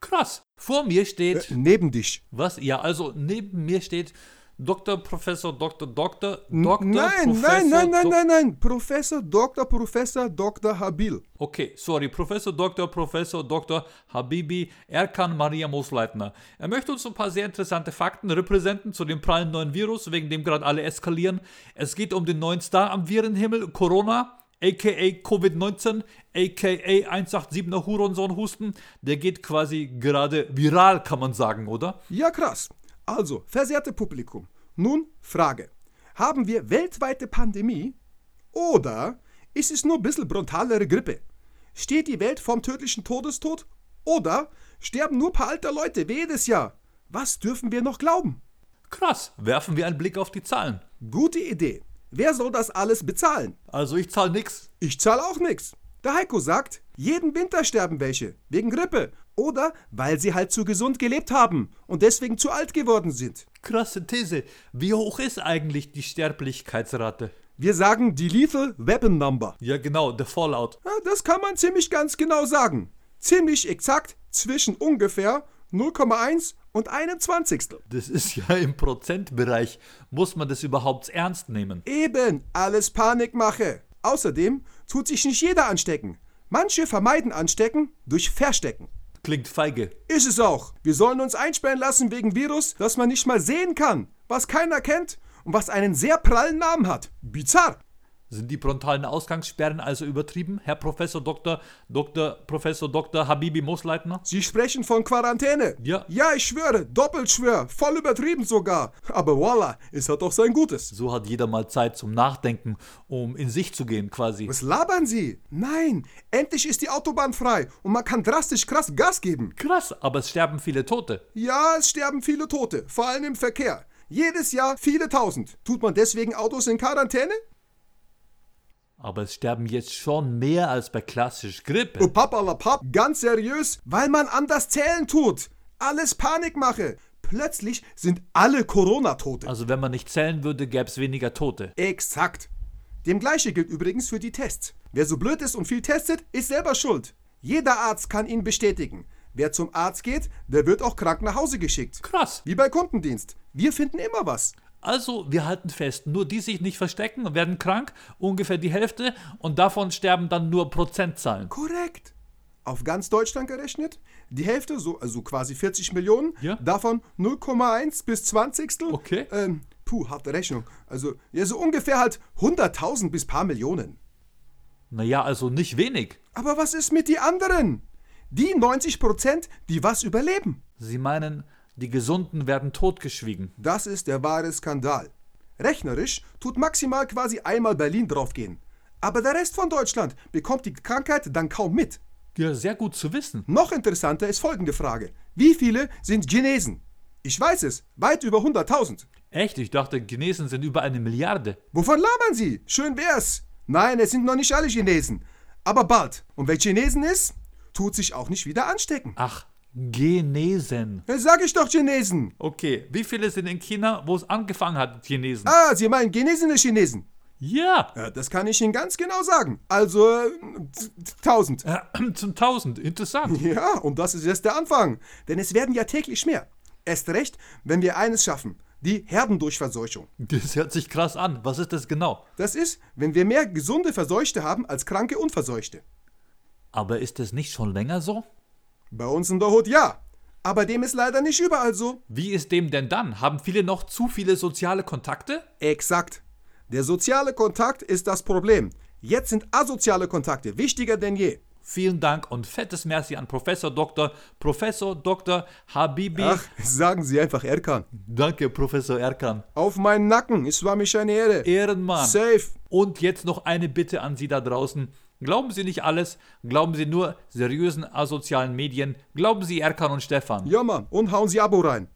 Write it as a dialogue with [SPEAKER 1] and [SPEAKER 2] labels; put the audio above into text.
[SPEAKER 1] Krass. Vor mir steht,
[SPEAKER 2] Neben dich.
[SPEAKER 1] was? Ja, also neben mir steht Dr. Professor Dr. Dr. Dr.
[SPEAKER 2] nein,
[SPEAKER 1] Professor,
[SPEAKER 2] nein, nein, nein,
[SPEAKER 1] Dok-
[SPEAKER 2] nein, nein. Professor, Dr. Professor, Dr. Habil.
[SPEAKER 1] Okay, sorry, Professor Dr. Professor Dr. Habibi Erkan Maria Mosleitner. Er möchte uns ein paar sehr interessante Fakten repräsenten zu dem prallen neuen Virus, wegen dem gerade alle eskalieren. Es geht um den neuen Star am Virenhimmel, Corona, aka Covid-19, aka 187er Hurensohn-Husten. Der geht quasi gerade viral, kann man sagen, oder?
[SPEAKER 2] Ja, krass. Also, verehrte Publikum, nun Frage. Haben wir weltweite Pandemie oder ist es nur ein bisschen brutalere Grippe? Steht die Welt vorm tödlichen Todestod oder sterben nur ein paar alte Leute wie jedes Jahr? Was dürfen wir noch glauben?
[SPEAKER 1] Krass, werfen wir einen Blick auf die Zahlen.
[SPEAKER 2] Gute Idee. Wer soll das alles bezahlen?
[SPEAKER 1] Also ich zahle nix.
[SPEAKER 2] Ich zahle auch nichts. Der Heiko sagt, jeden Winter sterben welche, wegen Grippe oder weil sie halt zu gesund gelebt haben und deswegen zu alt geworden sind.
[SPEAKER 1] Krasse These. Wie hoch ist eigentlich die Sterblichkeitsrate?
[SPEAKER 2] Wir sagen die Lethal Weapon Number.
[SPEAKER 1] Ja genau, der Fallout.
[SPEAKER 2] Ja, das kann man ziemlich ganz genau sagen. Ziemlich exakt zwischen ungefähr 0,1 und einem Zwanzigstel.
[SPEAKER 1] Das ist ja im Prozentbereich. Muss man das überhaupt ernst nehmen?
[SPEAKER 2] Eben, alles Panikmache. Außerdem tut sich nicht jeder anstecken. Manche vermeiden Anstecken durch Verstecken.
[SPEAKER 1] Klingt feige.
[SPEAKER 2] Ist es auch. Wir sollen uns einsperren lassen wegen Virus, das man nicht mal sehen kann, was keiner kennt und was einen sehr prallen Namen hat. Bizarr.
[SPEAKER 1] Sind die frontalen Ausgangssperren also übertrieben, Herr Professor Dr. Dr. Professor Dr. Habibi Mosleitner?
[SPEAKER 2] Sie sprechen von Quarantäne.
[SPEAKER 1] Ja.
[SPEAKER 2] Ja, ich schwöre, doppelt schwör, voll übertrieben sogar. Aber voila, es hat auch sein Gutes.
[SPEAKER 1] So hat jeder mal Zeit zum Nachdenken, um in sich zu gehen quasi.
[SPEAKER 2] Was labern Sie? Nein, endlich ist die Autobahn frei und man kann drastisch krass Gas geben.
[SPEAKER 1] Krass, aber es sterben viele Tote.
[SPEAKER 2] Ja, es sterben viele Tote, vor allem im Verkehr. Jedes Jahr viele tausend. Tut man deswegen Autos in Quarantäne?
[SPEAKER 1] Aber es sterben jetzt schon mehr als bei klassisch Grippe.
[SPEAKER 2] Papalapap, ganz seriös, weil man anders zählen tut. Alles Panikmache. Plötzlich sind alle Corona-Tote.
[SPEAKER 1] Also wenn man nicht zählen würde, gäbe es weniger Tote.
[SPEAKER 2] Exakt. Dem gleiche gilt übrigens für die Tests. Wer so blöd ist und viel testet, ist selber schuld. Jeder Arzt kann ihn bestätigen. Wer zum Arzt geht, der wird auch krank nach Hause geschickt.
[SPEAKER 1] Krass.
[SPEAKER 2] Wie bei Kundendienst. Wir finden immer was.
[SPEAKER 1] Also, wir halten fest, nur die sich nicht verstecken, werden krank, ungefähr die Hälfte, und davon sterben dann nur Prozentzahlen.
[SPEAKER 2] Korrekt. Auf ganz Deutschland gerechnet, die Hälfte, so, also quasi 40 Millionen,
[SPEAKER 1] Ja.
[SPEAKER 2] davon 0,1 bis 20.
[SPEAKER 1] Okay.
[SPEAKER 2] Ähm, puh, harte Rechnung. Also, ja, so ungefähr halt 100.000 bis paar Millionen.
[SPEAKER 1] Naja, also nicht wenig.
[SPEAKER 2] Aber was ist mit die anderen? Die 90 Prozent, die was überleben.
[SPEAKER 1] Sie meinen, die Gesunden werden totgeschwiegen.
[SPEAKER 2] Das ist der wahre Skandal. Rechnerisch tut maximal quasi einmal Berlin draufgehen. Aber der Rest von Deutschland bekommt die Krankheit dann kaum mit.
[SPEAKER 1] Ja, sehr gut zu wissen.
[SPEAKER 2] Noch interessanter ist folgende Frage. Wie viele sind Chinesen? Ich weiß es, weit über 100.000.
[SPEAKER 1] Echt, ich dachte, Chinesen sind über eine Milliarde.
[SPEAKER 2] Wovon labern Sie? Schön wär's. Nein, es sind noch nicht alle Chinesen. Aber bald. Und wer Chinesen ist, tut sich auch nicht wieder anstecken.
[SPEAKER 1] Ach, Genesen.
[SPEAKER 2] Das sag ich doch Chinesen.
[SPEAKER 1] Okay, wie viele sind in China, wo es angefangen hat, Chinesen?
[SPEAKER 2] Ah, Sie meinen genesene Chinesen.
[SPEAKER 1] Ja,
[SPEAKER 2] Ja, das kann ich Ihnen ganz genau sagen. Also, äh, 1000.
[SPEAKER 1] zum Tausend, interessant.
[SPEAKER 2] Ja, und das ist erst der Anfang. Denn es werden ja täglich mehr. Erst recht, wenn wir eines schaffen. Die Herdendurchverseuchung.
[SPEAKER 1] Das hört sich krass an. Was ist das genau?
[SPEAKER 2] Das ist, wenn wir mehr gesunde Verseuchte haben als kranke Unverseuchte.
[SPEAKER 1] Aber ist das nicht schon länger so?
[SPEAKER 2] Bei uns in der Hut ja. Aber dem ist leider nicht überall so.
[SPEAKER 1] Wie ist dem denn dann? Haben viele noch zu viele soziale Kontakte?
[SPEAKER 2] Exakt. Der soziale Kontakt ist das Problem. Jetzt sind asoziale Kontakte wichtiger denn je.
[SPEAKER 1] Vielen Dank und fettes Merci an Professor Dr. Professor Dr. Habibi.
[SPEAKER 2] Ach, sagen Sie einfach Erkan.
[SPEAKER 1] Danke, Professor Erkan.
[SPEAKER 2] Auf meinen Nacken, es war mich eine Ehre.
[SPEAKER 1] Ehrenmann.
[SPEAKER 2] Safe.
[SPEAKER 1] Und jetzt noch eine Bitte an Sie da draußen. Glauben Sie nicht alles, glauben Sie nur seriösen asozialen Medien, glauben Sie Erkan und Stefan.
[SPEAKER 2] Ja, Mann. Und hauen Sie Abo rein.